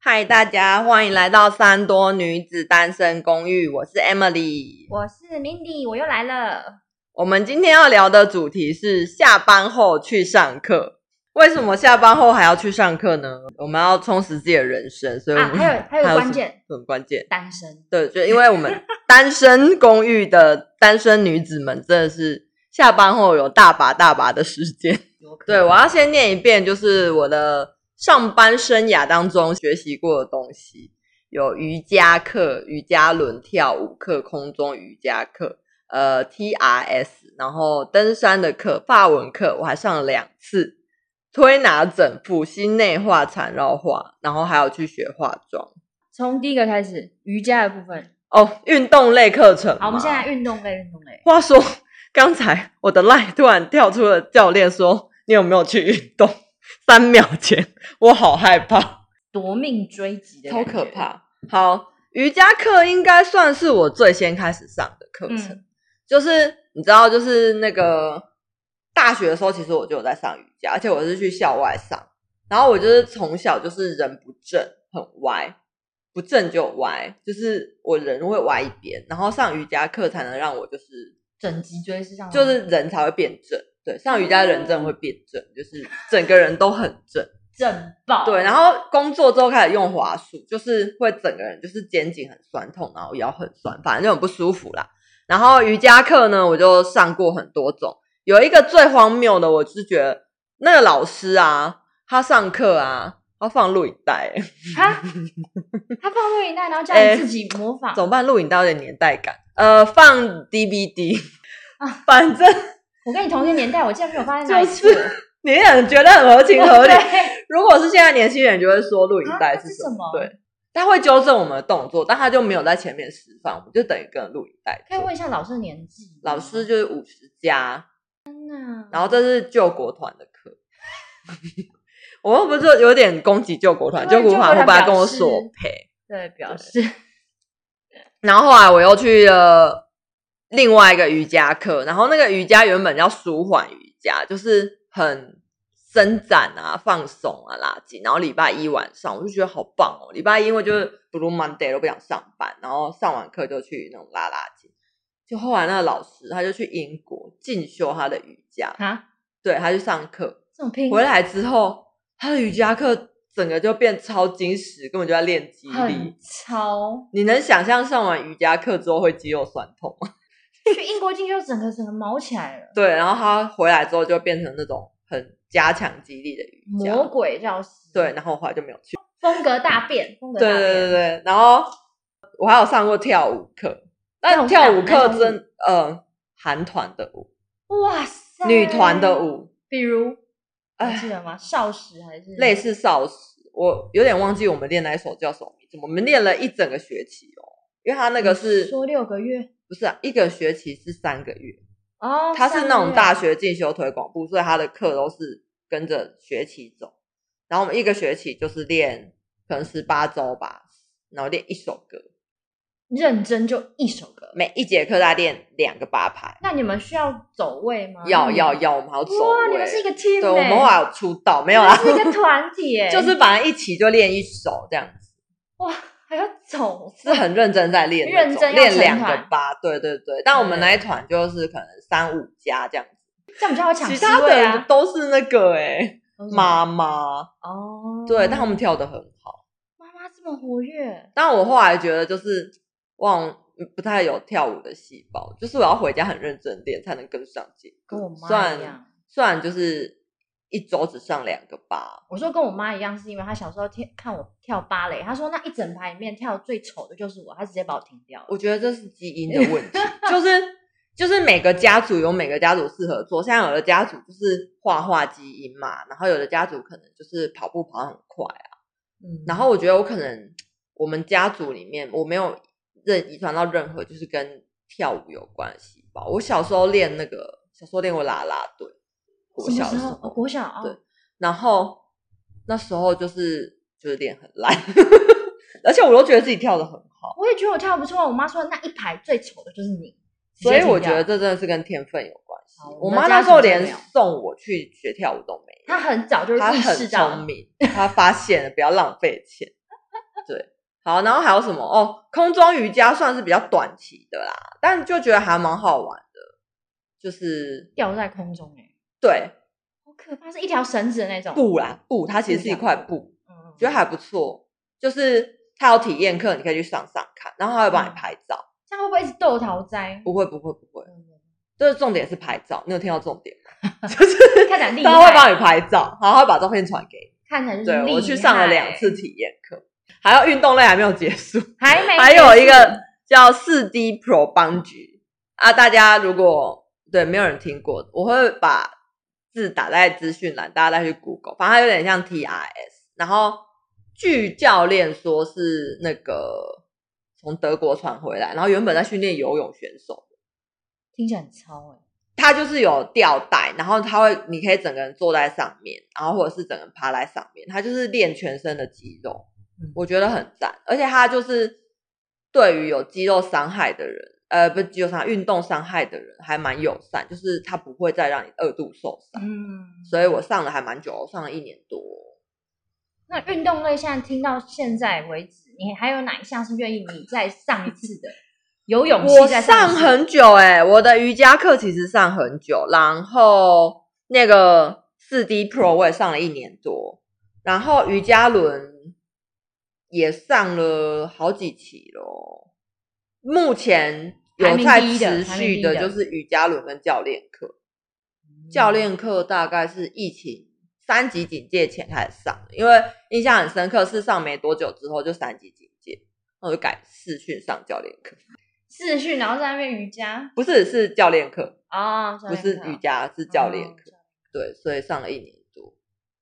嗨，大家欢迎来到三多女子单身公寓，我是 Emily。我是 Mindy，我又来了。我们今天要聊的主题是下班后去上课。为什么下班后还要去上课呢？我们要充实自己的人生，所以我啊们、还有还有什么关键很关键。单身，对，就因为我们单身公寓的单身女子们真的是下班后有大把大把的时间。对，我要先念一遍，就是我的上班生涯当中学习过的东西，有瑜伽课、瑜伽轮跳舞课、空中瑜伽课，呃，TRS，然后登山的课、法文课，我还上了两次，推拿整复、心内画、缠绕画，然后还有去学化妆。从第一个开始，瑜伽的部分。哦，运动类课程。好，我们现在。运动类，运动哎类。话说，刚才我的 line 突然跳出了教练说：“你有没有去运动？”三秒前，我好害怕，夺命追击的，超可。怕。好，瑜伽课应该算是我最先开始上的课程，嗯，就是你知道，就是那个大学的时候，其实我就有在上瑜伽，而且我是去校外上。然后我就是从小就是人不正，很歪，不正就歪，就是我人会歪一边。然后上瑜伽课才能让我就是整脊椎是这样吗，就是人才会变正。对，上瑜伽人正会变正，就是整个人都很正。震爆。对，然后工作之后开始用华术，就是会整个人就是肩颈很酸痛，然后腰很酸，反正就很不舒服啦。然后瑜伽课呢，我就上过很多种，有一个最荒谬的，我是觉得那个老师啊，他上课啊，他放录影带、欸他 他放录影带，然后叫哎你自己模 仿怎。么办？录影带有点年代感，呃，放 DVD，反正我跟你同一个年代，我竟然没有发现哪就一是次。你很觉得很合情合理，对如果是现在年轻人，就会说录影带啊是是什什么对，他会纠正我们的动作，但他就没有在前面示范，我们就等于跟着录影带可以做。问一下老师的年纪吗？老师就是五十加，嗯，然后这是救国团的课。 我又不是有点攻击救国团，对救国团救会国团不会跟我表示索赔？对表示然后后来我又去了另外一个瑜伽课，然后那个瑜伽原本叫舒缓瑜伽，就是很伸展啊、放松啊、拉筋。然后礼拜一晚上我就觉得好棒哦，礼拜一因为就是 Blue Monday 都不想上班，然后上完课就去那种拉拉筋。就后来那个老师他就去英国进修他的瑜伽，啊，对他去上课，这种拼回来之后他的瑜伽课整个就变超精实，根本就在练肌力很。超。你能想象上完瑜伽课之后会肌肉酸痛吗？去英国进修，整个整个毛起来了。对，然后他回来之后就变成那种很加强肌力的瑜魔伽。鬼教师，对，，然后我后来就没有去。风格大变，风格对大对变。对对对，然后我还有上过跳舞课，但跳跳舞舞是课哪哪种真呃韩团的舞，哇塞，女团的，舞，比如，哎你记得吗？少时还是类？似少时，我有点忘记我们练那一首叫什么名字，我们练了一整个学期哦，因为他那个是说六个月不是、啊、一个学期是三个月？哦，他是那种大三个月学进修推广部，所以他的课都是跟着学期走。然后我们一个学期就是练可能十八周吧，然后练一首歌，认真就一首歌。每一节课大概练两个八拍。那你们需要走位吗？要要要，我们还要走啊哇，你位们是一个 team，对，我欸们后来有出道没有啦你？们是一个团体哎， 就是反正一起就练一首这样子，哇，还要走啊是很认真在练那种，认真要练成两个团嗯八，对对对。但我们对那一团就是可能三五加这样子，这样比较好抢其席他位的啊。嗯都是那个哎都是什妈么妈，哦，对，但他们跳的很好。妈妈这么活跃，但我后来觉得就是忘不太有跳舞的细胞，就是我要回家很认真练才能跟上节跟我奏。妈一算样。算就是一周只上两个八，我说跟我妈一样，是因为她小时候跳看我跳芭蕾，她说那一整排里面跳最丑的就是我，她直接把我停掉了。我觉得这是基因的问 题，就是。就是每个家族有每个家族适合做，像有的家族就是画画基因嘛，然后有的家族可能就是跑步跑得很快啊。嗯然后我觉得我可能我们家族里面我没有任遗传到任何就是跟跳舞有关的细胞。我小时候练那个，小时候练过啦啦队，我什小么时时候哦候，国小哦，对然后那时候就是就是练很烂， 而且我都觉得自己跳的很好，我也觉得我跳得不错。我妈说那一排最丑的就是你，所以我直觉接停掉得这真的是跟天分有关系好。我我妈们那家时候族真的连没 有啊送我去学跳舞都没有。她很早就她意很识到聪明，她发现了不要浪费钱，好，然后还有什么？哦，空中瑜伽算是比较短期的啦，但就觉得还蛮好玩的，就是吊在空中哎、对好可怕，是一条绳子的那种。布啦布，它其实是一块布，嗯，觉得还不错。就是它有体验课，你可以去上上看，然后它会帮你嗯拍照。这样会不会一直豆桃灾？不会不会不会，嗯就是重点是拍照，你有听到重点吗？看 起来很厉害，他会帮你拍照，然后他会把照片传给你。看起来就是对厉害欸我去上了两次，体验课，还有运动类还没有结束。还没还有结束一个叫四 D Pro 帮局啊，大家如果对没有人听过，我会把字打在资讯栏，大家再去 Google，反正它有点像 TRS。然后据教练说是那个从德国传回来，然后原本在训练游泳选手，听起来很超哎、它就是有吊带，然后它会，你可以整个人坐在上面，然后或者是整个人趴在上面，它就是练全身的肌肉，嗯我觉得很赞。而且它就是对于有肌肉伤害的人，呃，不是肌肉伤害，运动伤害的人还蛮友善，就是它不会再让你二度受伤。嗯，所以我上了还蛮久，我上了一年多。那运动类现在听到现在为止，你还有哪一项是愿意你再上一次的？有勇气我再上一次很久哎、我的瑜伽课其实上很久，然后那个四 D Pro 我也上了一年多，然后瑜伽轮也上了好几期咯。目前有在排名第一的持排名第续一的的就是瑜伽轮跟教练课，教嗯练课大概是疫情三级警戒前开始上的，因为印象很深刻，是上没多久之后就三级警戒，那我就改视讯上教练课。视讯，然后在那边瑜伽不是是教练课，啊，哦不是瑜，伽，是教教练练课课。对，所以上了一年多，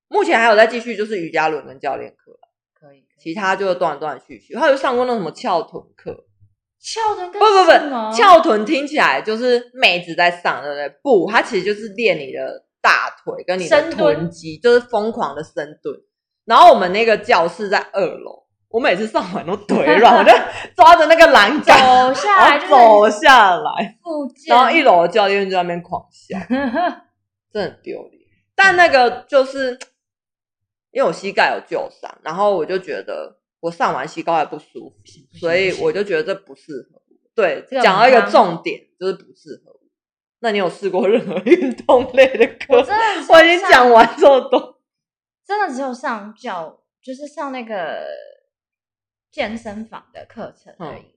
目前还有在继续，就是瑜伽轮跟教练课，可以可以。其他就断断续续。还有上过那什么翘臀课，翘臀不跟不什么不，翘臀听起来就是妹子在上，对不对？不，它其实就是练你的大腿跟你的深蹲臀肌，就是疯狂的深蹲。然后我们那个教室在二楼，我每次上完都腿软，我就 抓着那个栏杆，走下来然就后是走下来。附件，然后一楼的教练就在那边狂 笑，真的很丢脸。但那个就是因为我膝盖有旧伤，然后我就觉得我上完膝盖不舒服，所以我就觉得这不适合我。对，这个很讲到一个夯重点，就是不适合我。那你有试过任何运动类的我课？真的只有我已经上讲完这么 多，真的只有上教，就是上那个健身房的课程而已。嗯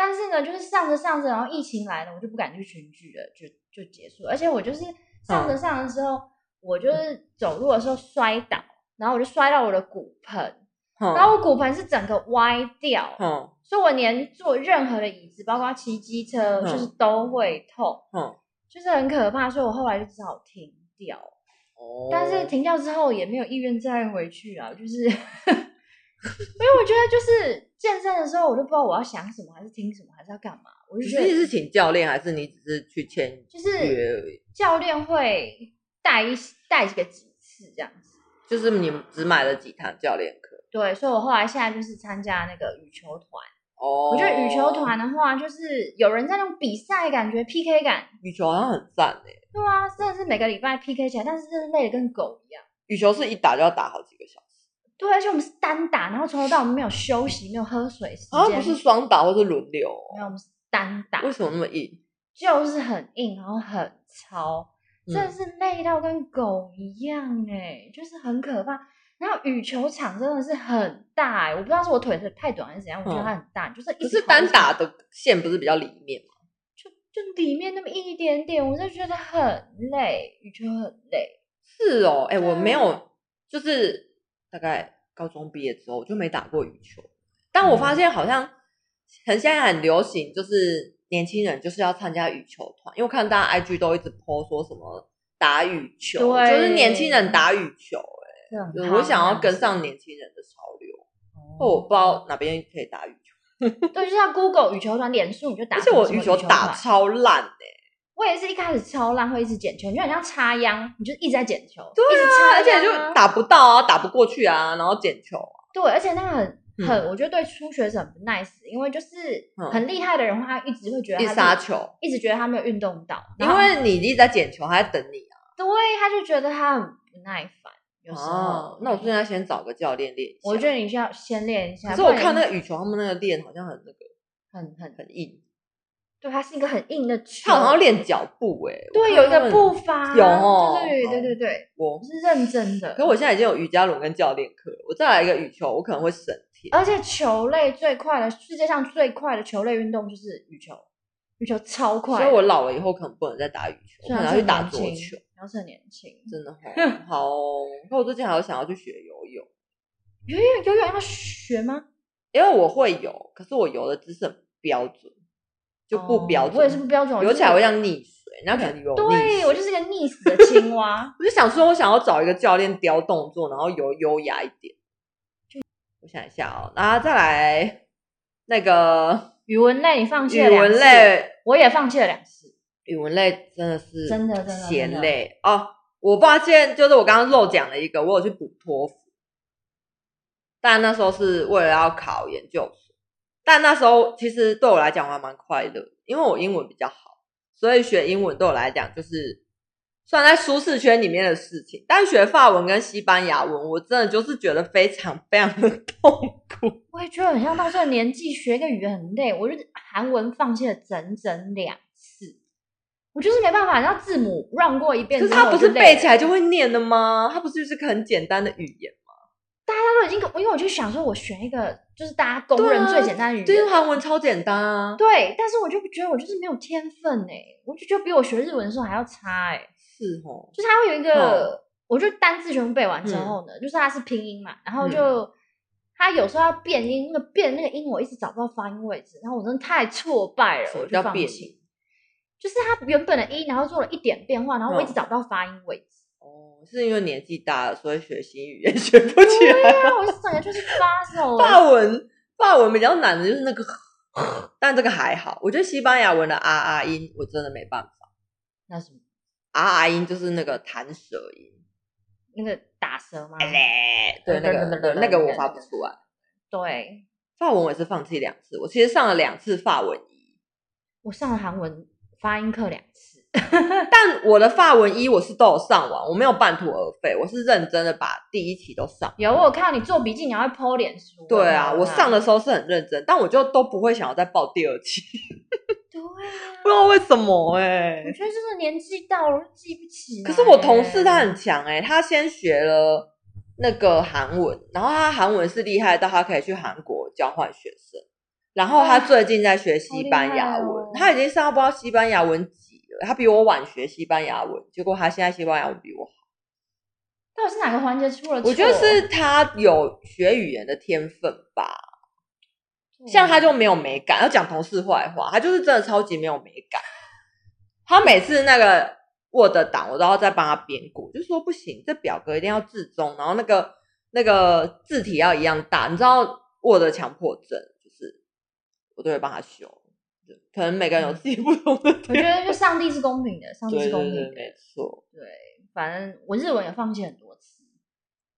但是呢，就是上着上着，然后疫情来了，我就不敢去群聚了，就就结束。而且我就是嗯上着上着之后，我就是走路的时候摔倒，然后我就摔到我的骨盆，嗯然后我骨盆是整个歪掉，嗯所以我连坐任何的椅子，包括骑机车，嗯就是都会痛，嗯，哦就是很可怕。所以我后来就只好停掉。但是停掉之后也没有意愿再回去啊，就是 ，因为我觉得就是健身的时候，我就不知道我要想什么，还是听什么，还是要干嘛，我就你觉是你得是请教练，还是你只是去签就约是而已？教练会带一带个几次这样子。就是你只买了几堂教练课？对，所以我后来现在就是参加那个羽球团。哦，我觉得羽球团的话，就是有人在那种比赛感觉 PK 感，羽球好像很赞欸诶，对啊，真的是每个礼拜 PK 起来，但是真的累得跟狗一样。羽球是一打就要打好几个小时，对，而且我们是单打，然后从头到尾没有休息，没有喝水时好像间，啊不是双打或是轮流哦，没有，我们是单打。为什么那么硬？就是很硬，然后很糙，真的嗯，是累到跟狗一样哎、就是很可怕。然后羽球场真的是很大哎、我不知道是我腿是太短还是怎样，我觉得嗯它很大，就是一可直是单跑打的线不是比较里面吗？就就里面那么一点点，我就觉得很累，羽球很累。是哦，哎，对啊我没有，就是大概高中毕业之后我就没打过羽球，但我发现好像很现在很流行，就是年轻人就是要参加羽球团，因为我看大家 IG 都一直 po 说什么打羽球，对就是年轻人打羽球，哎真的很就是怕我想那要样跟子上年轻人的潮流。哦哦，我不知道哪边可以打羽球，对，就像 Google 羽球团、脸书你就打而什且么我什么羽羽球打团超烂哎、我也是一开始超烂，会一直捡球，你就很像插秧，你就一直在捡球，对一直插秧啊，而且就打不到啊，打不过去啊，然后捡球啊、对，而且那很嗯很，我觉得对初学者很不 nice，因为就是嗯很厉害的人，他一直会觉一得直他杀自己球，一直觉得他没有运动到，因然后为你一直在捡球，他在等你啊。对，他就觉得他很不耐烦。有时候，哦，那我最近要先找个教练练一下。我觉得你需要先练一下。可是我不然看那个羽球他们那个练好像很那个很很，很硬，对，它是一个很硬的球，他好像练脚步哎、我对看有一他们个步伐，有哦对哦对对对对，我我，是认真的可。我现在已经有瑜伽轮跟教练课了，我再来一个羽球，我可能会省铁。而且球类最快的，世界上最快的球类运动就是羽球，羽球超快所的，以我老了以后可能不能再打羽球，我虽可然能要是去打年桌轻球，，然后是很年轻，真的哦好哦。可我最近还有想要去学游泳，游泳游泳要学吗？因为我会游，可是我游的姿势很标准，就不标哦准，我也是不标准，我游就是起来会像溺水，人家可能以为我溺对水。，我就是个溺死的青蛙我就想说，我想要找一个教练雕动作，然后游优雅一点。我想一下哦，然后再来那个语文类你放语弃了两文次类，我也放弃了两次，语文类真的是真的真的嫌真的累哦。我发现就是我刚刚漏讲了一个，我有去补托福，但那时候是为了要考研究所。但那时候其实对我来讲我还蛮快乐的，因为我英文比较好，所以学英文对我来讲就是算在舒适圈里面的事情。但学法文跟西班牙文，我真的就是觉得非常非常 的痛苦。我也觉得很像到这个年纪学一个语言很累，我就是韩文放弃了整整两次，我就是没办法，然后字母让过一遍可之是后它我不就累了，是背起来就会念的吗？它不是就是个很简单的语言吗？他都已经跟，因为我就想说，我选一个就是大家公认对啊最简单的语言，就是韩文超简单啊。对，但是我就觉得我就是没有天分哎、我就觉得比我学日文的时候还要差哎、是哦，就是它会有一个，我就单字全部背完之后嗯呢，就是它是拼音嘛，然后就、它有时候要变音，那个变那个音我一直找不到发音位置，然后我真的太挫败了什，么我就叫放变弃。就是它原本的音，然后做了一点变化，然后我一直嗯找不到发音位置。 哦，是因为年纪大了，所以学新语言 学不起来。对啊，我整个就是发手法文，法文比较难的就是那个，但这个还好。我觉得西班牙文的啊啊音，我真的没办法。那什么啊啊音就是那个弹舌音，那个打舌吗？对，那个那个我发不出来。对，法文我也是放弃两次，我其实上了两次法文一，我上了韩文发音课两次，但我的法文一我是都有上完，我没有半途而废，我是认真的把第一期都上。有我有看到你做笔记，你还会 PO 脸书。对啊，我上了。的时候是很认真，但我就都不会想要再报第二期，对啊，不知道为什么哎、我觉得真的年纪到了记不起来。可是我同事他很强哎、他先学了那个韩文，然后他韩文是厉害到他可以去韩国交换学生，然后他哇最近在学西班牙好厉文，害哦他已经上到不知道西班牙文几了，他比我晚学西班牙文，结果他现在西班牙文比我好，哦到底是哪个环节出了错？我觉得是他有学语言的天分吧，像嗯他就没有美感，要讲同事坏话，他就是真的超级没有美感。他每次那个 Word 档，我都要再帮他编过，就说不行，这表格一定要至中，然后那个那个字体要一样大。你知道 Word 强迫症，就是我都会帮他修，就可能每个人嗯有自己不同的我觉点。得就上帝是公平的，上帝对是对公平对，的。没错。对，反正我日文也放弃很多次，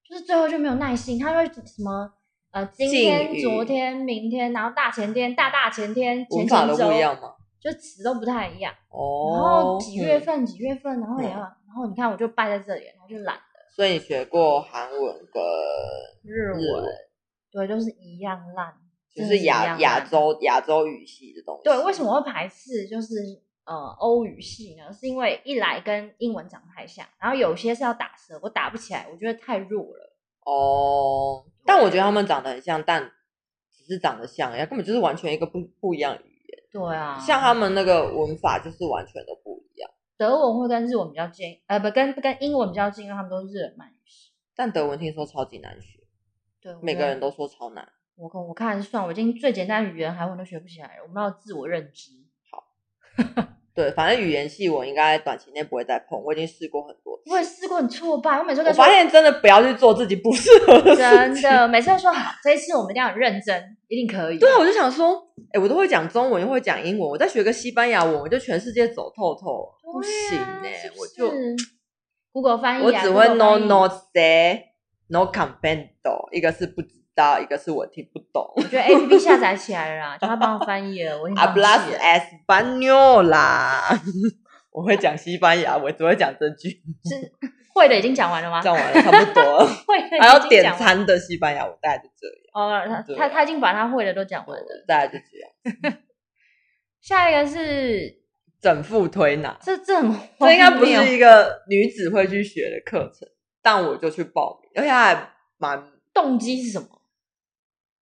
就是最后就没有耐心。他会什么呃，今敬天、语昨天、明天，然后大前天、大大前天、前文法前都不一周，样嘛。就词都不太一样。然哦后，几月份？几月份？然后也要，然后你看我就败在这里，然后就懒嗯所以你学过韩文跟日日文，对，都是一样烂。就真是的是一亚样亚烂洲亚洲语系的东西。对，为什么会排斥就是呃欧语系呢？是因为一来跟英文长得太像，然后有些是要打舌，我打不起来，我觉得太弱了。哦，但我觉得他们长得很像，但只是长得像，呀，根本就是完全一个不不一样的语言。对啊，像他们那个文法就是完全都不一样，德文会跟日文比较近，呃，不跟跟英文比较近，因为他们都是日耳曼语系。但德文听说超级难学，对，我每觉个得人都说超难。我看我看算，我已经最简单的语言韩文都学不起来了，我们要自我认知。对，反正语言系我应该短期内不会再碰，我已经试过很多次。我也试过很挫败，我每次我跟他发说现真的不要去做自己不适合的事真情。的，每次都说好，这一次我们一定要很认真，一定可以。对啊，我就想说，哎、我都会讲中文，又会讲英文，我再学个西班牙文，我就全世界走透透，不行哎、对啊我就。是不是 Google 翻译啊、我只会 Google no 翻译 no say no comprendo，一个是不知道，一个是我听不懂。我觉得 A P P 下载起来了啦，叫他帮我翻译了，我已经啊忘记 Hablas 了。 español 啦，我会讲西班牙，我只会讲这句。会的已经讲完了吗？讲完了差不多 了，会的已经还有讲点完餐的西班牙，我大概就这样，哦，他对他他已经把他会的都讲完了。我大概就这样，下一个是整副推拿，这这很荒谬这应该不是一个女子会去学的课程，但我就去报名，而且还蛮动机是什么？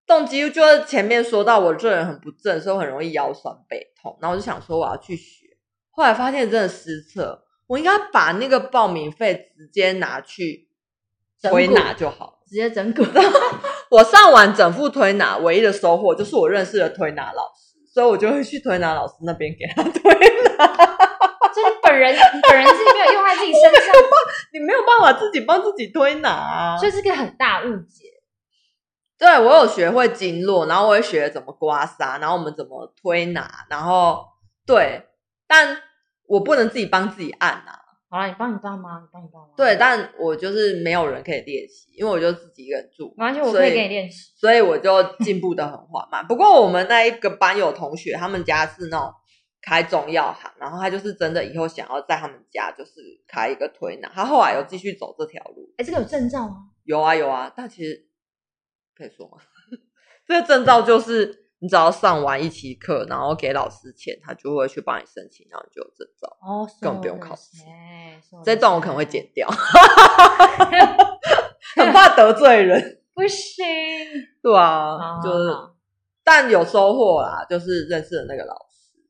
动机就是前面说到我这人很不正，所以我很容易腰酸背痛，然后我就想说我要去学，后来发现真的失策，我应该把那个报名费直接拿去整推骨拿就好了。直接整 骨我上完整副推拿，唯一的收获就是我认识了推拿老师，所以我就会去推拿老师那边给他推。 所以你本人你本人是没有用在自己身上，你没有办法自己帮自己推拿、啊，所以是个很大误解。对我有学会经络，然后我也学怎么刮痧，然后我们怎么推拿，然后对，但我不能自己帮自己按啊。好了，你帮你爸妈，你帮你爸妈。对，，但我就是没有人可以练习，因为我就自己一个人住，没关系，我所可以给你练习。所以我就进步的很缓慢。不过我们那一个班有同学，他们家是那种开中药行，然后他就是真的以后想要在他们家就是开一个推拿，他后来有继续走这条路。哎，这个有证照吗？有啊有啊，但其实可以说吗？ 这个证照就是你只要上完一期课，然后给老师钱，他就会去帮你申请，然后你就有证照。哦，根本不用考试哎，そうですね这段我可能会。剪掉，哦 很怕得罪人。不行，对啊，哦好就是好但有收获啦，就是认识了那个老师，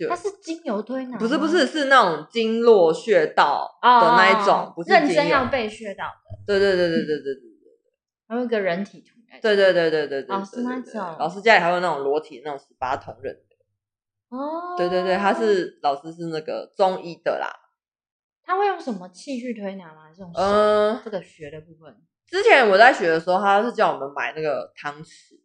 就它是精油推拿吗，不是不是是那种经络穴道的那一种，哦不是认精真油要被学到的，对对对对对对还有一个人体图。对对对对对对对，哦是那对对对种老师家里还有那种裸体那种十八铜人的，哦，对对对，他是老师是那个中医的啦，他会用什么器具推拿吗？这种手嗯、这个学的部分之前我在学的时候，他是叫我们买那个汤匙，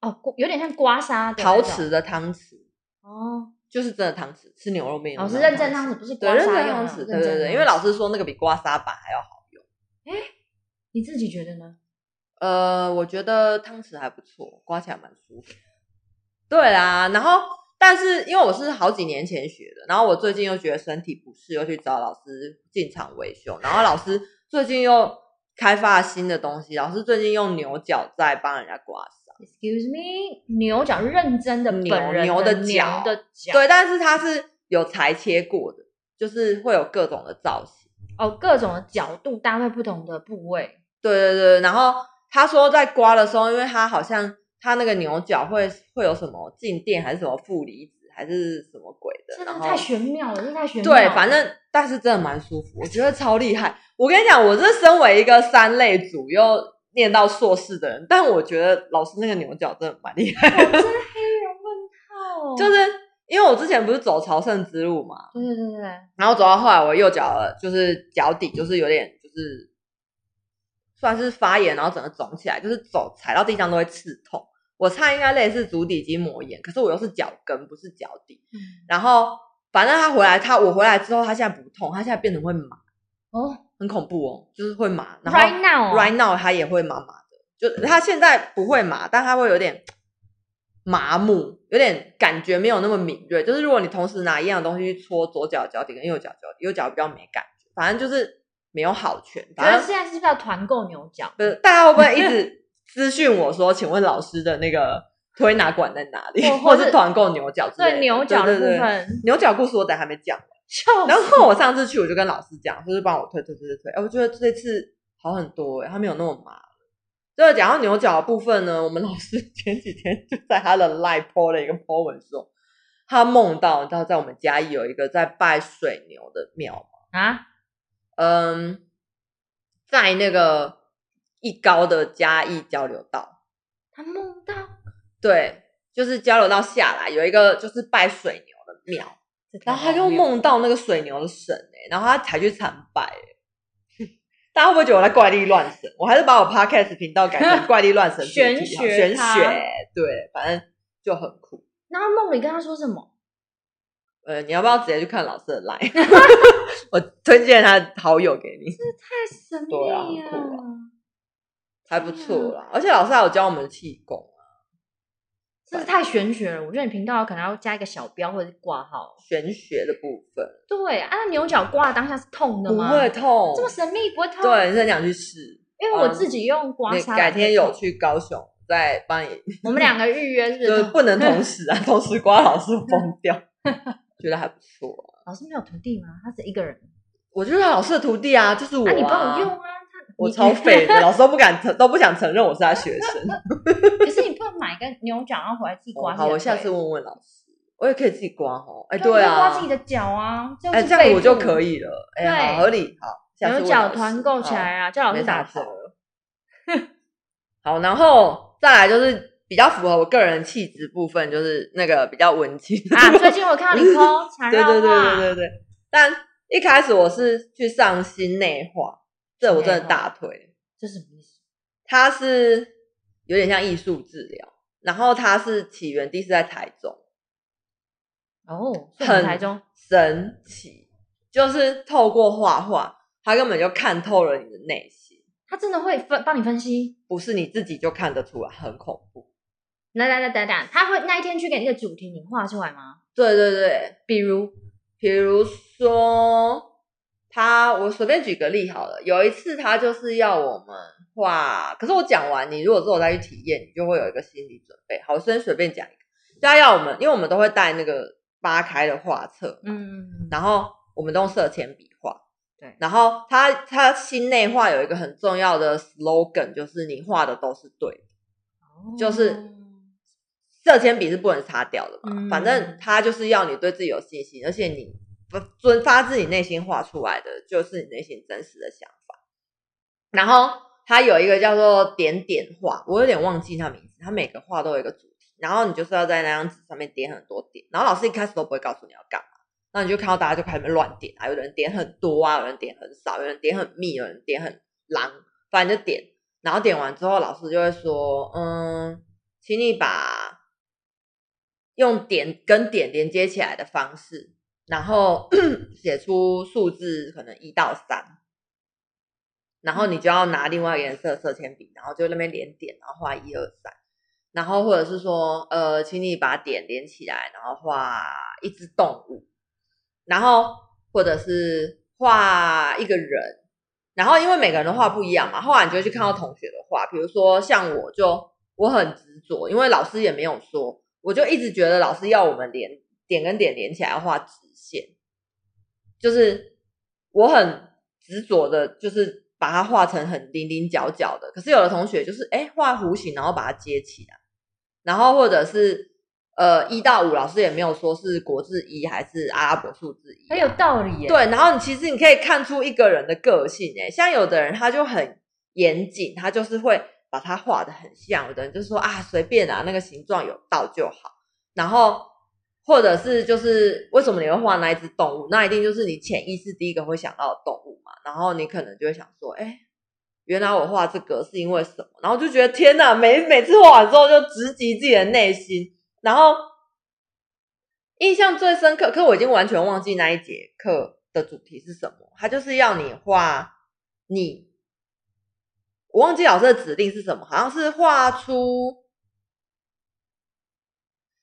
哦，刮有点像刮痧的那陶种瓷的汤匙，哦，就是真的汤匙，吃牛肉面用老的师那认种真汤匙不哦是对刮认痧真用汤的匙，对对对，因为老师说那个比刮痧板还要好用。你自己觉得呢？呃，我觉得汤匙还不错，刮起来蛮舒服。对啦，然后但是因为我是好几年前学的，然后我最近又觉得身体不适，又去找老师进场维修，然后老师最近又开发了新的东西，老师最近用牛角在帮人家刮痧， Excuse me，牛角是认真的牛本人牛的的角牛的角，对，但是它是有裁切过的，就是会有各种的造型。哦，各种的角度搭配不同的部位，对对对，然后他说在刮的时候，因为他好像他那个牛角会会有什么静电还是什么负离子还是什么鬼的，真然的后太玄妙了，真的太玄妙了。对，反正但是真的蛮舒服，我觉得超厉害。我跟你讲，我这身为一个三类组又念到硕士的人，但我觉得老师那个牛角真的蛮厉害的，我真的黑人问号，就是因为我之前不是走朝圣之路嘛，对对对对，然后走到后来，我右脚的就是脚底就是有点就是算是发炎，然后整个肿起来，就是走踩到地上都会刺痛。我猜应该类似足底筋膜炎，可是我又是脚跟不是脚底。嗯然后反正他回来，他我回来之后，他现在不痛，他现在变成会麻，哦很恐怖哦，就是会麻。然后，right now 哦 right now 他也会麻麻的，嗯就他现在不会麻，但他会有点麻木，有点感觉没有那么敏锐。就是如果你同时拿一样的东西去戳左脚脚底跟右脚脚底，右脚比较没感觉，反正就是没有好全。觉得反正现在是不是要团购牛角？不是大家会不会一直私讯我说，请问老师的那个推拿馆在哪里，或 或或者是是团购牛角之类的？对牛角的对部对对分，牛角故事我等还没讲。笑然死。后我上次去，我就跟老师讲，就是帮我推推推推推，哎，我觉得这次好很多、欸，他没有那么麻了。就是讲到牛角的部分呢，我们老师 前几天就在他的 live po 了一个 po 文说，他梦到，你知道在我们嘉义有一个在拜水牛的庙嘛，啊，嗯，在那个一高的嘉义交流道，他梦到对，就是交流道下来有一个就是拜水牛的庙，然后他就，梦到那个水牛的神哎、然后他才去参拜、欸。 大家会不会觉得我在怪力乱神？我还是把我 podcast 频道改成怪力乱神主题玄好学玄它学，对，反正就很酷。那他梦里跟他说什么？呃，你要不要直接去看老师的 line？我推荐他的好友给你，太神秘对啊了，很酷嗯啊还不错啦。而且老师还有教我们气功啊，这是太玄学了。我觉得你频道可能要加一个小标或者是挂号。玄学的部分，对，啊，那牛角刮当下是痛的不吗？会，痛，这么神秘不会痛。，对，你很想去试。因为我自己用刮你痧来改天有痛，去高雄再帮你，我们两个预约是不就是是痛？不能同时 啊，同时刮老师嗯疯掉，觉得还不错。老师没有徒弟吗？他是一个人，我就是老师的徒弟啊，就是我、啊，你帮我用啊。他我你 超废的，老师都不敢承，都不想承认我是他学生。可是你不能买一个牛角，然后回来自己刮哦自己的好，腿、我下次问问老师，我也可以自己刮哦。哎，对对你就刮啊自己，的脚啊，哎，这这样我就以。可以了。哎，对好合理，好，下次牛问角老师团购起。来啊，叫好老没师打打折折。。好，然后再来就是比较符合我个人气质部分，就是那个比较文青 啊！最近我看 到你抠缠对绕对对对画对对。但一开始我是去上心内画，这我真的大推。这是什么意思？它是有点像艺术治疗，然后它是起源地是在台中，哦，是我很们台中神奇，就是透过画画，它根本就看透了你的内心，他真的会分帮你分析。不是你自己就看得出来，很恐怖。来来来，等等，他会那一天去给你一个主题，你画出来吗？对对对，比如，比如说，他我随便举个例好了。有一次他就是要我们画，可是我讲完，你如果之后再去体验，你就会有一个心理准备。好，我先随便讲一个，就他要我们，因为我们都会带那个八开的画册，嗯，然后我们都用色铅笔画。对然后他他心内画有一个很重要的 slogan，就是你画的都是对的，哦就是色铅笔是不能擦掉的嘛，嗯反正他就是要你对自己有信心，而且你遵发自己内心画出来的，就是你内心真实的想法。然后他有一个叫做点点画，我有点忘记他名字，他每个画都有一个主题，然后你就是要在那张纸上面点很多点，然后老师一开始都不会告诉你要干嘛，那你就看到大家就开始乱点啊，有人点很多啊，有人点很少，有人点很密，有人点很狼，反正就点，然后点完之后，老师就会说，嗯，请你把用点跟点连接起来的方式，然后 写出数字可能一到三，然后你就要拿另外一个颜色的色铅笔，然后就那边连点，然后画一二三，然后或者是说，呃，请你把点连起来，然后画一只动物，然后或者是画一个人，然后因为每个人的画不一样嘛，后来你就会去看到同学的画，比如说像我就我很执着，因为老师也没有说，我就一直觉得老师要我们连点跟点连起来要画直线，就是我很执着的，就是把它画成很零零角角的。可是有的同学就是哎画弧形，然后把它接起来，然后或者是呃一到五，老师也没有说是国字一还是阿拉伯数字一、啊很有道理耶。，对，然后你其实你可以看出一个人的个性诶、像有的人他就很严谨，他就是会把它画的很像；有的人就说啊随便啊，那个形状有到就好。然后或者是就是为什么你会画那一只动物？那一定就是你潜意识第一个会想到的动物嘛。然后你可能就会想说，哎、原来我画这个是因为什么？然后就觉得天哪，每每次画完之后就直击自己的内心，然后印象最深刻，可我已经完全忘记那一节课的主题是什么。他就是要你画你，我忘记老师的指令是什么，好像是画出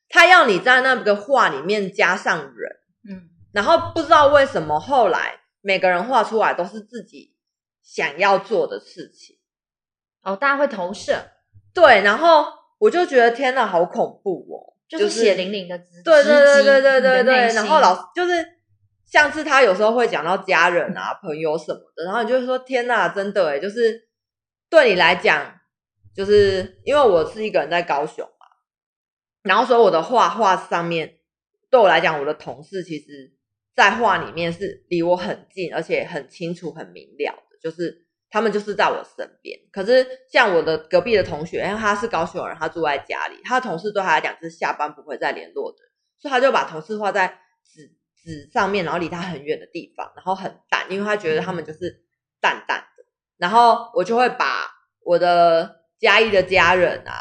他要你在那个画里面加上人。嗯，然后不知道为什么后来每个人画出来都是自己想要做的事情。哦，大家会投射，对，然后我就觉得天哪，好恐怖哦！就是是血淋淋的直对对对对对对对，然后老师师就是像是他有时候会讲到家人啊、朋友什么的，然后你就会说天呐，真的诶就是对你来讲，就是因为我是一个人在高雄嘛，然后所以我的画画上面对我来讲，我的同事其实在画里面是离我很近，而且很清楚、很明了的，就是。他们就是在我身边，可是像我的隔壁的同学，因为他是高雄人，他住在家里，他的同事对他来讲是下班不会再联络的人所以他就把同事画在纸纸上面，然后离他很远的地方，然后很淡，因为他觉得他们就是淡淡的。然后我就会把我的嘉义的家人啊，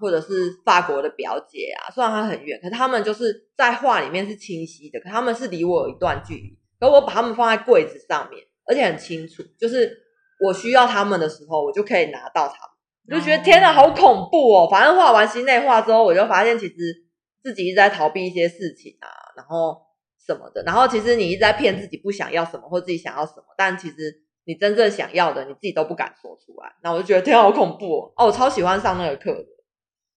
或者是法国的表姐啊，虽然他很远，可是他们就是在画里面是清晰的，可他们是离我有一段距离，可我把他们放在柜子上面，而且很清楚，就是我需要他们的时候，我就可以拿到他们。我就觉得天哪，好恐怖哦！反正画完心内画之后，我就发现其实自己一直在逃避一些事情啊，然后什么的。然后其实你一直在骗自己不想要什么或自己想要什么，但其实你真正想要的你自己都不敢说出来。那我就觉得天啊，好恐怖哦！哦，我超喜欢上那个课的，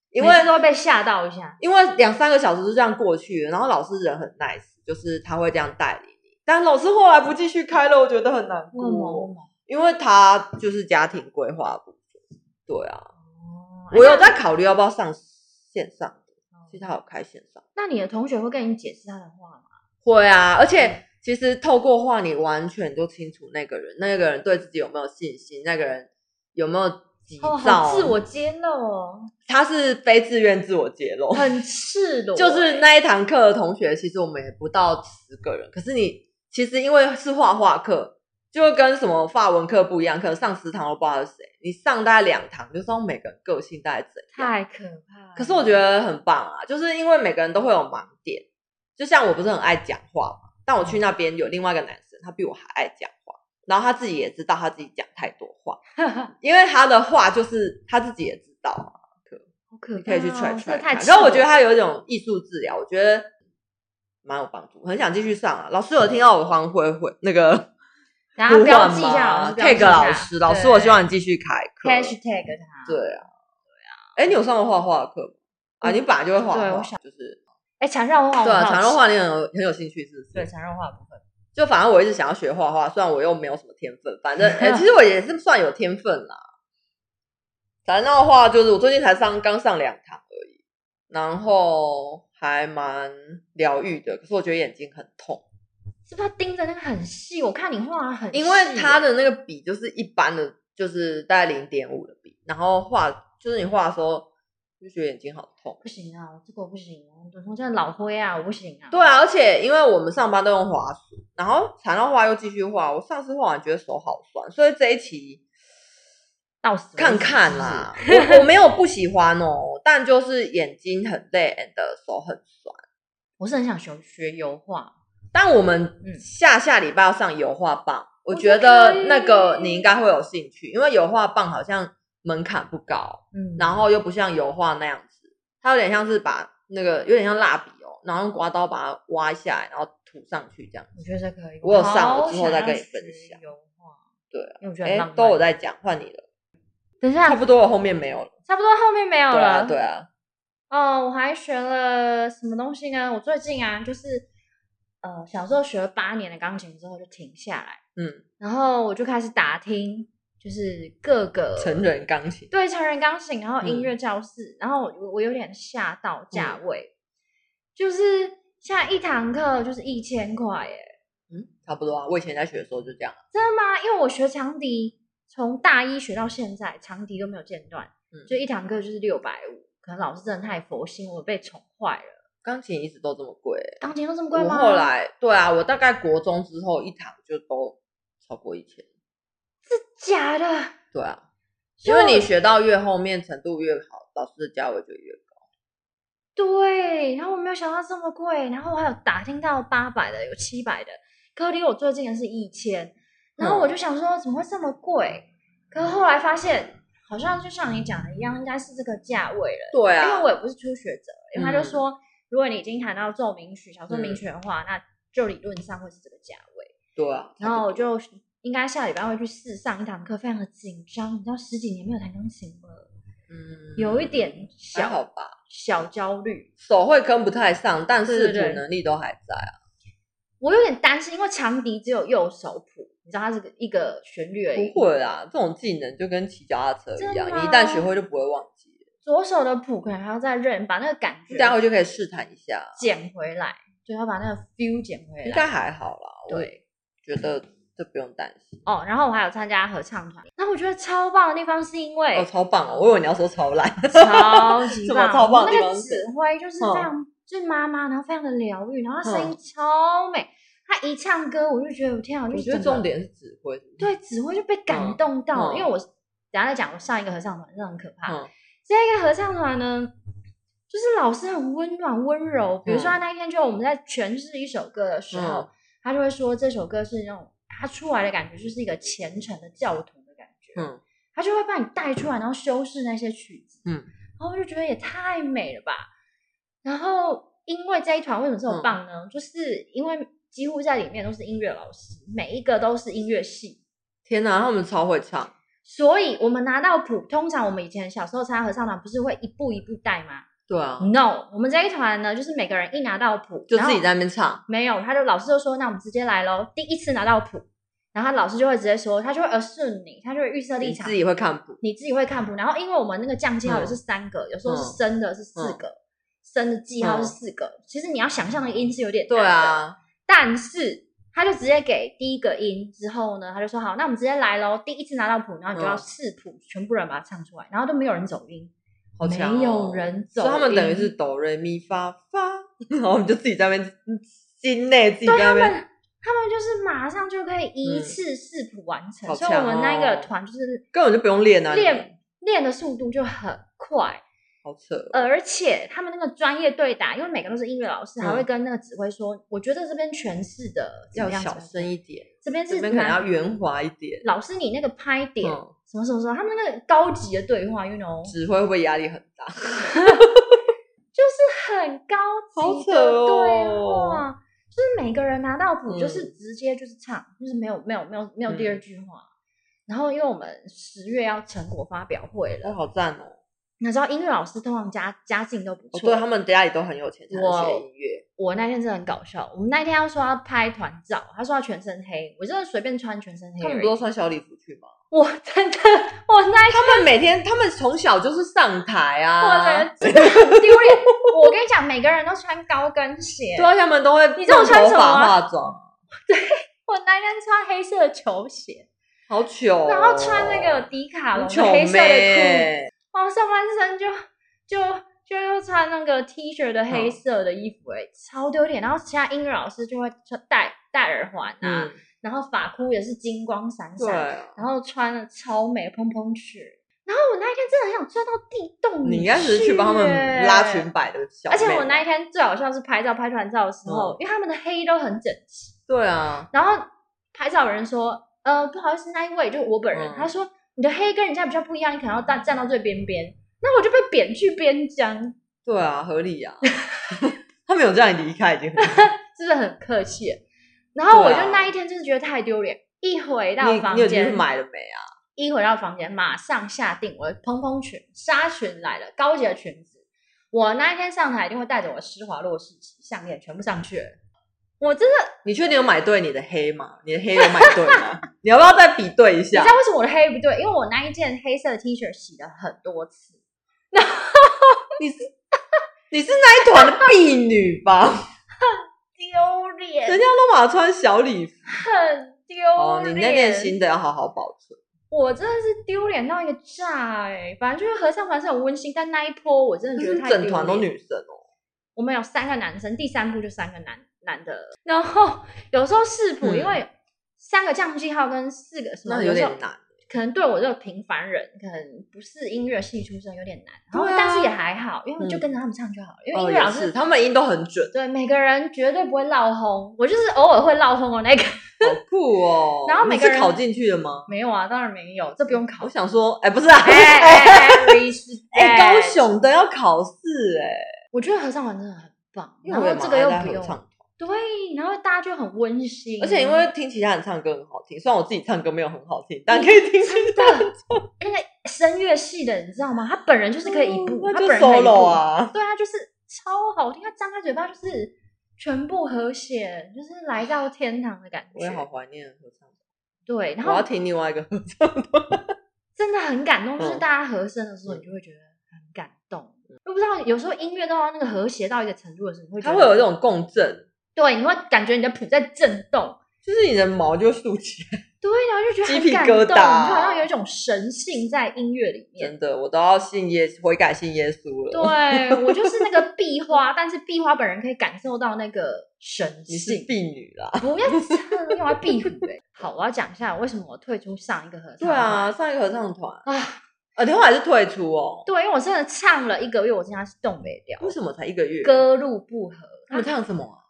因为每次都会被吓到一下。因为两三个小时就这样过去了，然后老师人很 nice，就是他会这样带领你。但老师后来不继续开了，我觉得很难过，嗯因为他就是家庭规划部分。对啊，哦我有在考虑要不要上线上的，其实他有开线上。那你的同学会跟你解释他的话吗？会啊，而且其实透过画，你完全都清楚那个人，那个人对自己有没有信心，那个人有没有急躁，哦，好自我揭露哦，他是非自愿自我揭露，很赤裸欸，哦 就是那一堂课的同学，其实我们也不到十个人，可是你其实因为是画画课，就会跟什么法文课不一样，可能上十堂都不知道是谁，你上大概两堂就知道每个人个性大概怎样。太可怕了。可是我觉得很棒啊，就是因为每个人都会有盲点，就像我不是很爱讲话嘛，但我去那边有另外一个男生，他比我还爱讲话，然后他自己也知道他自己讲太多 话，因为他的话就是他自己也知道啊，好可怕哦，你可以去 try 这 try 太看。赤裸。然后我觉得他有一种艺术治疗，我觉得蛮有帮助，很想继续上啊。老师有听到我黄慧慧那个然后呼标唤啊记一下吗老师标记一？tag 下老师，老师，我希望你继续开课。 hashtag 他。对啊，对啊。哎，你有上过画画课吗？啊，嗯你本来就会画对画我，想就是哎，缠绕画，对啊，长肉画，画你很有很有兴趣，是不是？对，缠绕画部分，就反正我一直想要学画画，虽然我又没有什么天分，反正哎、其实我也是算有天分啦。反正的话，就是我最近才上刚上两堂而已，然后还蛮疗愈的。可是我觉得眼睛很痛，是不是他盯着那个很细？我看你画得很细，因为它他的那个笔就是一般的，就是大概零点五的笔，然后画就是你画的时候就觉得眼睛好痛。不行啊，这个我不行，我我真的老灰啊，我不行啊。对啊，而且因为我们上班都用滑鼠，然后缠到画又继续画，我上次画完觉得手好酸，所以这一期到死为止看看啦，我我没有不喜欢哦，但就是眼睛很累，and 手很酸。我是很想学学油画，但我们嗯下下礼拜要上油画棒，我觉觉得得那可个以你应该会有兴趣，因为油画棒好像门槛不高，嗯，然后又不像油画那样子，它有点像是把那个有点像蜡笔哦，然后用刮刀把它挖下来，然后涂上去这样。我觉得这可以。我有上好我之后再跟你想要分学享油画，对啊，因为我觉得很哎浪，漫。都有在讲，换你了，等一下，差不多我后面没有了。差不多后面没有对啊，了。对啊，哦，我还学了什么东西呢？我最近啊，就是呃，小时候学了八年的钢琴之后就停下来，嗯，然后我就开始打听，就是各个成人钢琴，对成人钢琴，然后音嗯乐教室，然后我我有点吓到价位，就是现在一堂课就是一千块耶，嗯，差不多啊。我以前在学的时候就这样。真的吗？啊因为我学长笛，从大一学到现在，长笛都没有间断，嗯就一堂课就是六百五，可能老师真的太佛心，我被宠坏了。钢琴一直都这么贵、钢琴都这么贵我吗？后来对啊，我大概国中之后一堂就都超过一千。假的，对啊，因所以为我你学到越后面程度越好，老师的价位就越高。对，然后我没有想到这么贵，然后我还有打听到八百的，有七百的，可离我最近的是一千，嗯然后我就想说怎么会这么贵？可是后来发现好像就像你讲的一样，应该是这个价位了，对因为啊，我也不是初学者，因为他就嗯说，如果你已经谈到奏鸣曲、小奏鸣嗯曲的话，那就理论上会是这个价位。对啊。然后我就应该下礼拜会去试上一堂课，非常的紧张，你知道十几年没有弹钢琴了，嗯有一点还好小吧，小焦虑。手会跟不太上，但对视对对谱能力都还在啊。我有点担心，因为长笛只有右手谱，你知道它是个一个旋律而已，不会啦，这种技能就跟骑脚踏车一样，真的吗你一旦学会就不会忘记了。左手的谱可能还要再认，把那个感你觉等一下回去可以试弹一下，捡回来，对，要把那个 feel 捡回应来。该还好啦。我对，觉得这不用担心。哦，然后我还有参加合唱团，那我觉得超棒的地方是因为哦，超棒哦！我以为你要说超烂。超级什棒，么超棒的地那方个是嗯指挥就是非常，就是妈妈，然后非常的疗愈，然后她声音超美，她一唱歌我就觉得我天啊，就我是觉得整个重点是指挥。对指挥就被感动到，嗯嗯因为我等一下再讲，我上一个合唱团真的很可怕。嗯这个合唱团呢，就是老师很温暖温柔，比如说他那一天就我们在诠释一首歌的时候，嗯他就会说这首歌是那种他出来的感觉就是一个虔诚的教徒的感觉，嗯，他就会把你带出来，然后修饰那些曲子，嗯，然后我就觉得也太美了吧。然后因为这一团为什么这么棒呢？嗯就是因为几乎在里面都是音乐老师，每一个都是音乐系，天哪，他们超会唱，所以我们拿到谱，通常我们以前小时候参加合唱团不是会一步一步带吗对啊， ？No，我们这一团呢，就是每个人一拿到谱，就嗯然自后己在那边唱，没有，他就老师就说，那我们直接来喽。第一次拿到谱，然后老师就会直接说，他就会 assume 你，他就会预设立你场，自己会看谱，你自己会看谱。然后因为我们那个降记号嗯也是三个，有时候是嗯升的是四个，升的记号是四个。其实你要想象的音是有点难对的，啊，但是他就直接给第一个音之后呢，他就说好，那我们直接来喽。第一次拿到谱，然后你就要嗯试谱，全部人把它唱出来，然后都没有人走音，好强、哦，没有人走所以他们等于音是哆瑞咪发发，然后我们就自己在那边心内自己对在那他们，边他们就是马上就可以一嗯次视谱完成，好所以我强们那个哦团就是根本就不用练啊，你们练练的速度就很快，呃好扯哦，而且他们那个专业对打，因为每个都是音乐老师，还会跟那个指挥说，我觉得这边诠释的嗯怎要么样小怎么样声一点，这边这是边可能哪要圆滑一点，老师你那个拍点。嗯，什么什么什么，他们那个高级的对话，you know，指挥会不会压力很大？就是很高好级扯的对哦话，就是每个人拿到谱嗯就是直接就是唱，就是没有没有没有没有第二句话。然后因为我们十月要成果发表会哦，了，好赞哦！你知道音乐老师通常家家境都不哦，错，对，他们家里都很有钱，才能哇学音乐。我那天真的很搞笑，我们那天要说要拍团照，他说要全身黑，我真的随便穿全身黑他而已。们不都穿小礼服去吗？我真的， 我那一他们每天，他们从小就是上台啊，我真的很丢脸。我跟你讲，每个人都穿高跟鞋，对啊，他们都会你知道我弄穿头什么啊发、吗化妆，我那天穿黑色的球鞋，好糗哦。然后穿那个迪卡很侬糗欸的黑色的裤，妹，然后上半身就就就又穿那个 T 嗯恤的黑色的衣服、欸，超丢脸。然后其他音乐老师就会穿戴戴耳环啊，嗯，然后发箍也是金光闪对闪，啊，然后穿了超美蓬蓬裙，然后我那一天真的很想钻到地洞你里应该只是去帮他们拉裙。摆的小妹。嗯而且我那一天最好笑是拍照拍团照的时候，因为他们的黑都很整齐，对啊，然后拍照有人说，呃，不好意思，那一位就是我本人，嗯他说你的黑跟人家比较不一样，你可能要站站到最边边，那我就被贬去边疆，对啊，合理啊。 他们有这样离开已经很好，是不是很客气？然后我对就啊那一天就是觉得太丢脸，一回到你房你有进去间，买了没啊？一回到房间，马上下定我的蓬蓬裙、纱裙来了，高级的裙子。我那一天上台一定会带着我的施华洛世奇项链全部上去了。我真的，你确定有买对你的黑吗？你的黑有买对 吗？你要不要再比对一你下知道？为什么我的黑不对？因为我那一件黑色的 T 恤洗了很多次，你是那一团的婢女 吧？丢脸，人家都把穿小礼服。很丢哦，你脸。那件新的要好好保存。我真的是丢脸到一个炸哎、欸！反正就是合唱团是很温馨，但那一波我真的觉就得是太整团丢都脸女生哦，我们有三个男生，第三部就三个男 男的，然后有时候视谱，嗯因为三个降记号跟四个什么，那有有时候点难。可能对我这个平凡人，可能不是音乐系出身有点难，对然后、啊但是也还好，因为嗯就跟着他们唱就好了，因哦，为音乐老也师、是，他们音都很准，对每个人绝对不会落轰，我就是偶尔会落轰哦那个， 。好酷哦然后每你个人是考进去的吗？没有啊，当然没有，这不用考我。想说， 哎，不是啊， 哎哎哎 respect 哎，高雄的要考试哎，我觉得合唱团真的很棒，因为然我也后这蛮个又爱在不合用，唱。对，然后大家就很温馨，而且因为听其他人唱歌很好听，虽然我自己唱歌没有很好听，但可以听其真的，哎那个声乐系的，你知道吗？他本人就是可以一步，嗯 那他就本人可以一步 solo，啊。对啊，就是超好听，他张开嘴巴就是全部和谐，就是来到天堂的感我也好觉。怀念合唱，对，然我要后听另外一个合唱。真的很感动，嗯就是大家和声的时候，嗯你就会觉得很感动。我不知道，有时候音乐到那个和谐到一个程度的时候，你会觉它得会有这种共振，对，你会感觉你的谱在震动，就是你的毛就竖起 来。对，然后就觉得鸡很皮感疙动，瘩你就好像有一种神性在音乐里面。真的，我都要信耶，悔改信耶稣了。对我就是那个壁花，但是壁花本人可以感受到那个神你是性。婢女啦。不要这样，我要壁虎哎、好，我要讲一下为什么我退出上一个合对唱。啊，，上一个合唱团，啊，呃，你后来是退出哦？对，因为我真的唱了一个月，我真的是动没掉，为什么才一个月？歌路不合，他们唱什么啊？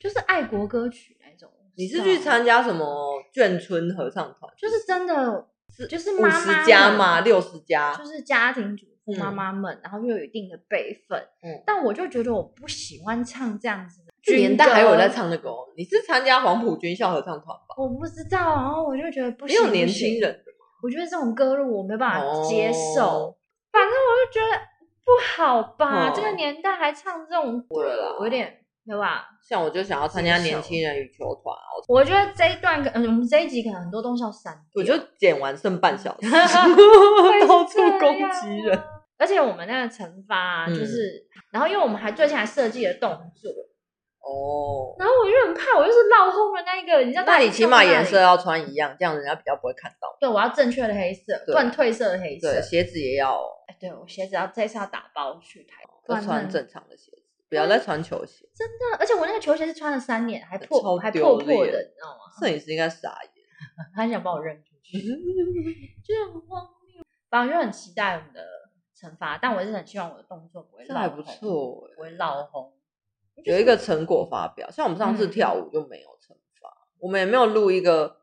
就是爱国歌曲那种。你是去唱，参加什么眷村合唱团？就是真的就是五妈妈十加们嘛，六十加就，是家庭主妇妈嗯妈们，然后又有一定的辈分。嗯但我就觉得我不喜欢唱这样子的去年军代还有歌在，唱那个哦，你是参加黄埔军校合唱团吧？我不知道，然后我就觉得不也行，有不年行轻，人，我觉得这种歌路我没办法接受，哦反正我就觉得不好吧，哦这个年代还唱这种歌，我有点对吧？像我就想要参加年轻人羽球团啊，我觉得这一段可，嗯，我们这一集可能很多东西要删我掉就剪完剩半小时会，是到处这攻样击人。啊。 而且我们那个惩罚、啊嗯就是，然后因为我们还最近还设计了动作，哦，然后我就很怕，我就是落后的那一个，你知道？那你起码颜色要要穿一样，这样人家比较不会看到。对，我要正确的黑色，对不然褪色的黑色对，。鞋子也要哎对我鞋子要这次要打包去台湾，不要然真穿的正常的鞋子，不要再穿球鞋。真的而且我那个球鞋是穿了三年，还破超还丢破破脸的，你知道吗？摄影师应该傻眼。他很想把我扔出 去，就是很荒谬。反正我就很期待我们的惩罚，但我是很希望我的动作不会这落还不红，错欸不会落红。有一个成果发表，像我们上次嗯跳舞就没有惩罚，我们也没有录一个，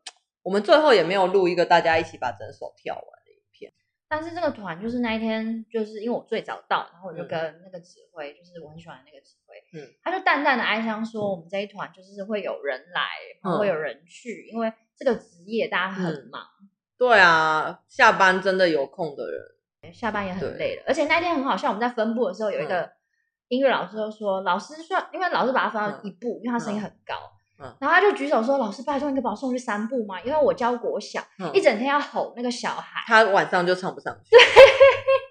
我们最后也没有录一个大家一起把整首跳完的影片。但是这个团就是那一天，就是因为我最早到，然后我就嗯跟那个指挥，就是我很喜欢的那个指挥，嗯，他就淡淡的哀伤说，我们这一团就是会有人来，然后会有嗯人去，因为这个职业大家很忙，对啊，下班真的有空的人，下班也很对嗯累了，而且那一天很好笑，我们在分部的时候有一个音乐老师就说，老师算，因为老师把他分到一部，因为他声音很高。嗯然后他就举手说：“老师，拜托你可以把我送去三部吗？因为我教国小，嗯一整天要吼那个小孩。他晚上就唱不上 去，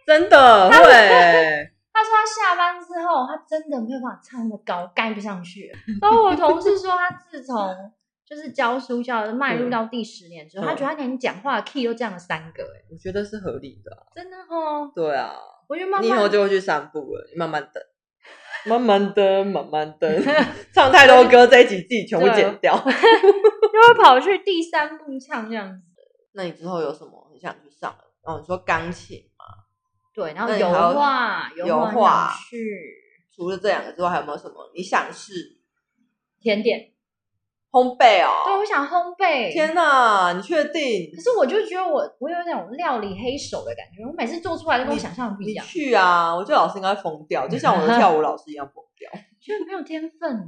真的会。欸他说他下班之后，他真的没有办法唱那么高，盖不上去。 然后我同事说，他自从就是教书教迈入到第十年之后，嗯他觉得他连讲话的 key 都降了三个、欸，我觉得是合理的啊、真的哦。对啊，我觉得慢你以后慢就会去散步了，你慢慢等， 慢慢等，慢慢 等。唱太多歌，这一集自己全部剪掉。 就会跑去第三步唱这样子。那你之后有什么很想去上的？哦，你说钢琴，对，然后那你油还有画，油画画想去除了这两个之外，还有没有什么你想试甜点，烘焙对，哦？ 我想烘焙。天哪，你确定可？是我就觉得我我有那种料理黑手的感觉，我每次做出来都跟我你想象的不一你样，去啊！我觉得老师应该疯掉，就像我的跳舞老师一样疯掉。 就是没有天分哎、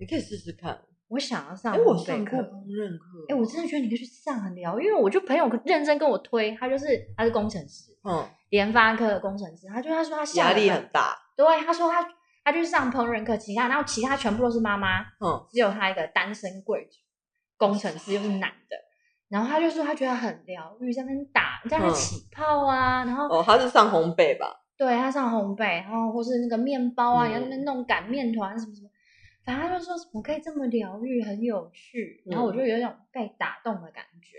你可以试试看。我想要上哎，我烘上焙过课，烹饪课。哎、我真的觉得你可以去上很聊，因为我就朋友认真跟我推，他就是他是工程师，嗯，联发科的工程师，他就他说他下压了力班很大。对，他说他他去上烹饪课，其他然后其他全部都是妈妈，嗯，只有他一个单身贵族，工程师又是男的，然后他就说他觉得很疗愈，在那边打，在那边嗯起泡啊，然后哦，他是上烘焙吧？对他上烘焙，然后或是那个面包啊，嗯你要那边弄擀面团什么什么，反正他就说什么可以这么疗愈，很有趣，然嗯后我就有一种被打动的感觉。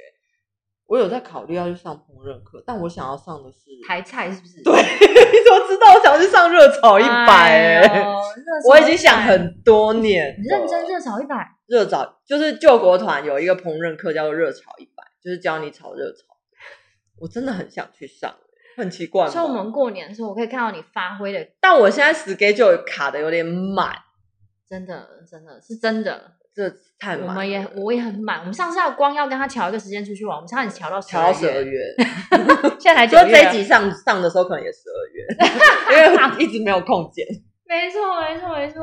我有在考虑要去上烹饪课，但我想要上的是台菜是不是？对，你怎么知道我想去上热炒哎一呦，百、欸？热炒 我已经想100很多年了，你认真热炒一百，热炒就是救国团有一个烹饪课叫做热炒一百，就是教你炒热炒。我真的很想去上，很奇怪所以我吗？们过年的时候，我可以看到你发挥的，但我现在 schedule 卡的有点满，真的真的是真的。这太满我了。们也我也很满，我们上次要光要跟他调一个时间出去玩，我们差点调到调到十12二月，月，现在 才就九月。啊这一集上上的时候可能也十 二月，因为一直没有空剪。没错，没错，没错。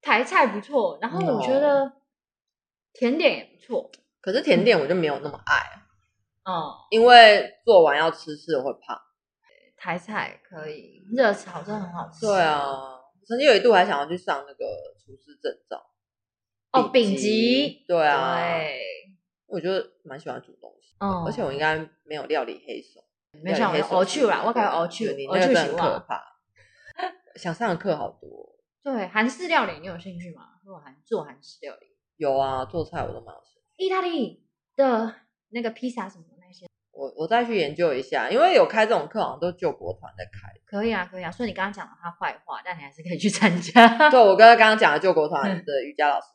台菜不错，然后我觉得甜点也不错。可是甜点我就没有那么爱，嗯，因为做完要吃吃了会胖。台菜可以，热炒真的很好吃。对，啊，曾经有一度还想要去上那个厨师证照。哦，饼级，对对，啊，我觉得蛮喜欢煮东西，嗯，而且我应该没有料理黑手，没想料理到黑手我去啦，我改我对去，你我那个去啊真的很洗可袜。怕。想上的课好多，对，韩式料理你有兴趣吗？做韩做韩式料理，有啊，做菜我都蛮有兴趣。意大利的那个披萨什么的那些，我我再去研究一下，因为有开这种课，好像都救国团在开。可以啊，可以啊。所以你刚刚讲了他坏话，但你还是可以去参 加。对，我刚刚刚刚讲的救国嗯团的瑜伽老师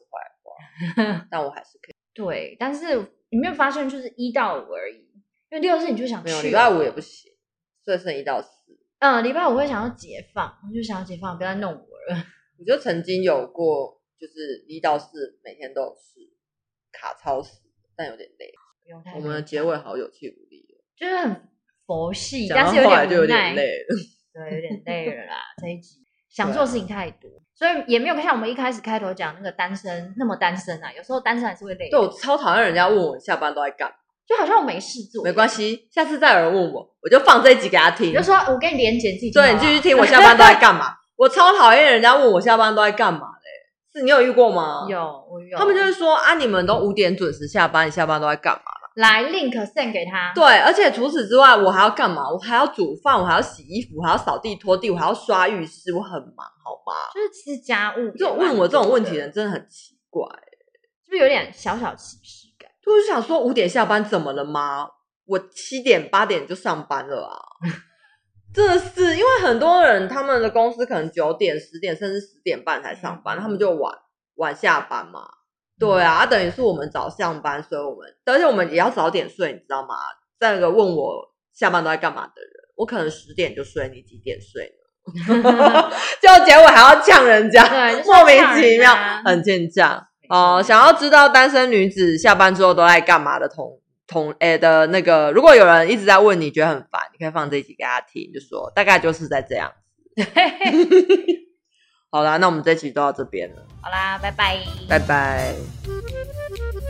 坏 话，但我还是可以。对，但是你没有发现，就是一到五而已，因为六日你就想去没有了，礼拜五也不行，所以剩一到四。嗯，礼拜五会想要解放，我就想要解放，不要再弄我了。我就曾经有过，就是一到四每天都有事，卡超死，但有点累。不用太我们的结紧张尾好有气无力。哦就是很佛系，讲但到是有后来点就有无点奈，累了。对，有点 累了啦。这一集对想啊做的事情太多，所以也没有像我们一开始开头讲那个单身那么单身啊。有时候单身还是会累的，对我超讨厌人家问我下班都在干嘛，就好像我没事做，没关。系，下次再有人问我，我就放这一集给他听你就。说我跟你连结自己，对你继续听，我 下班都在干嘛？我超讨厌人家问我下班都在干嘛嘞、是你有遇过吗？。有，我有。他们就会说啊，你们都五点准时下班，你下班都在干嘛？来 link send 给他，对，而且除此之外，我还要干嘛？我还要煮饭，我还要洗衣服，我还要扫地拖地，我还要刷浴室，我很忙，好吧？就是其实家务也蛮多就的。问我这种问题的人真的很奇怪，是不是有点小小歧视感？就我就想说五点下班怎么了吗？我七点八点就上班了 啊！真的是因为很多人他们的公司可能九点、十点甚至十点半才上班，嗯他们就晚晚下班嘛。对啊，啊等于是我们早上班，所以我们而且我们也要早点睡，你知道吗？再一个问我下班都在干嘛的人，我可能十点就睡，你几点睡 呢？就结尾还要呛人家，对就是莫要名呛人其妙家，很欠呛。没错哦，想要知道单身女子下班之后都在干嘛的同同诶、的那个，如果有人一直在问你觉得很烦，你可以放这一集给他听，就说大概就是在这样。好啦，那我们这期就到这边了，好啦，拜拜，拜拜。 Thank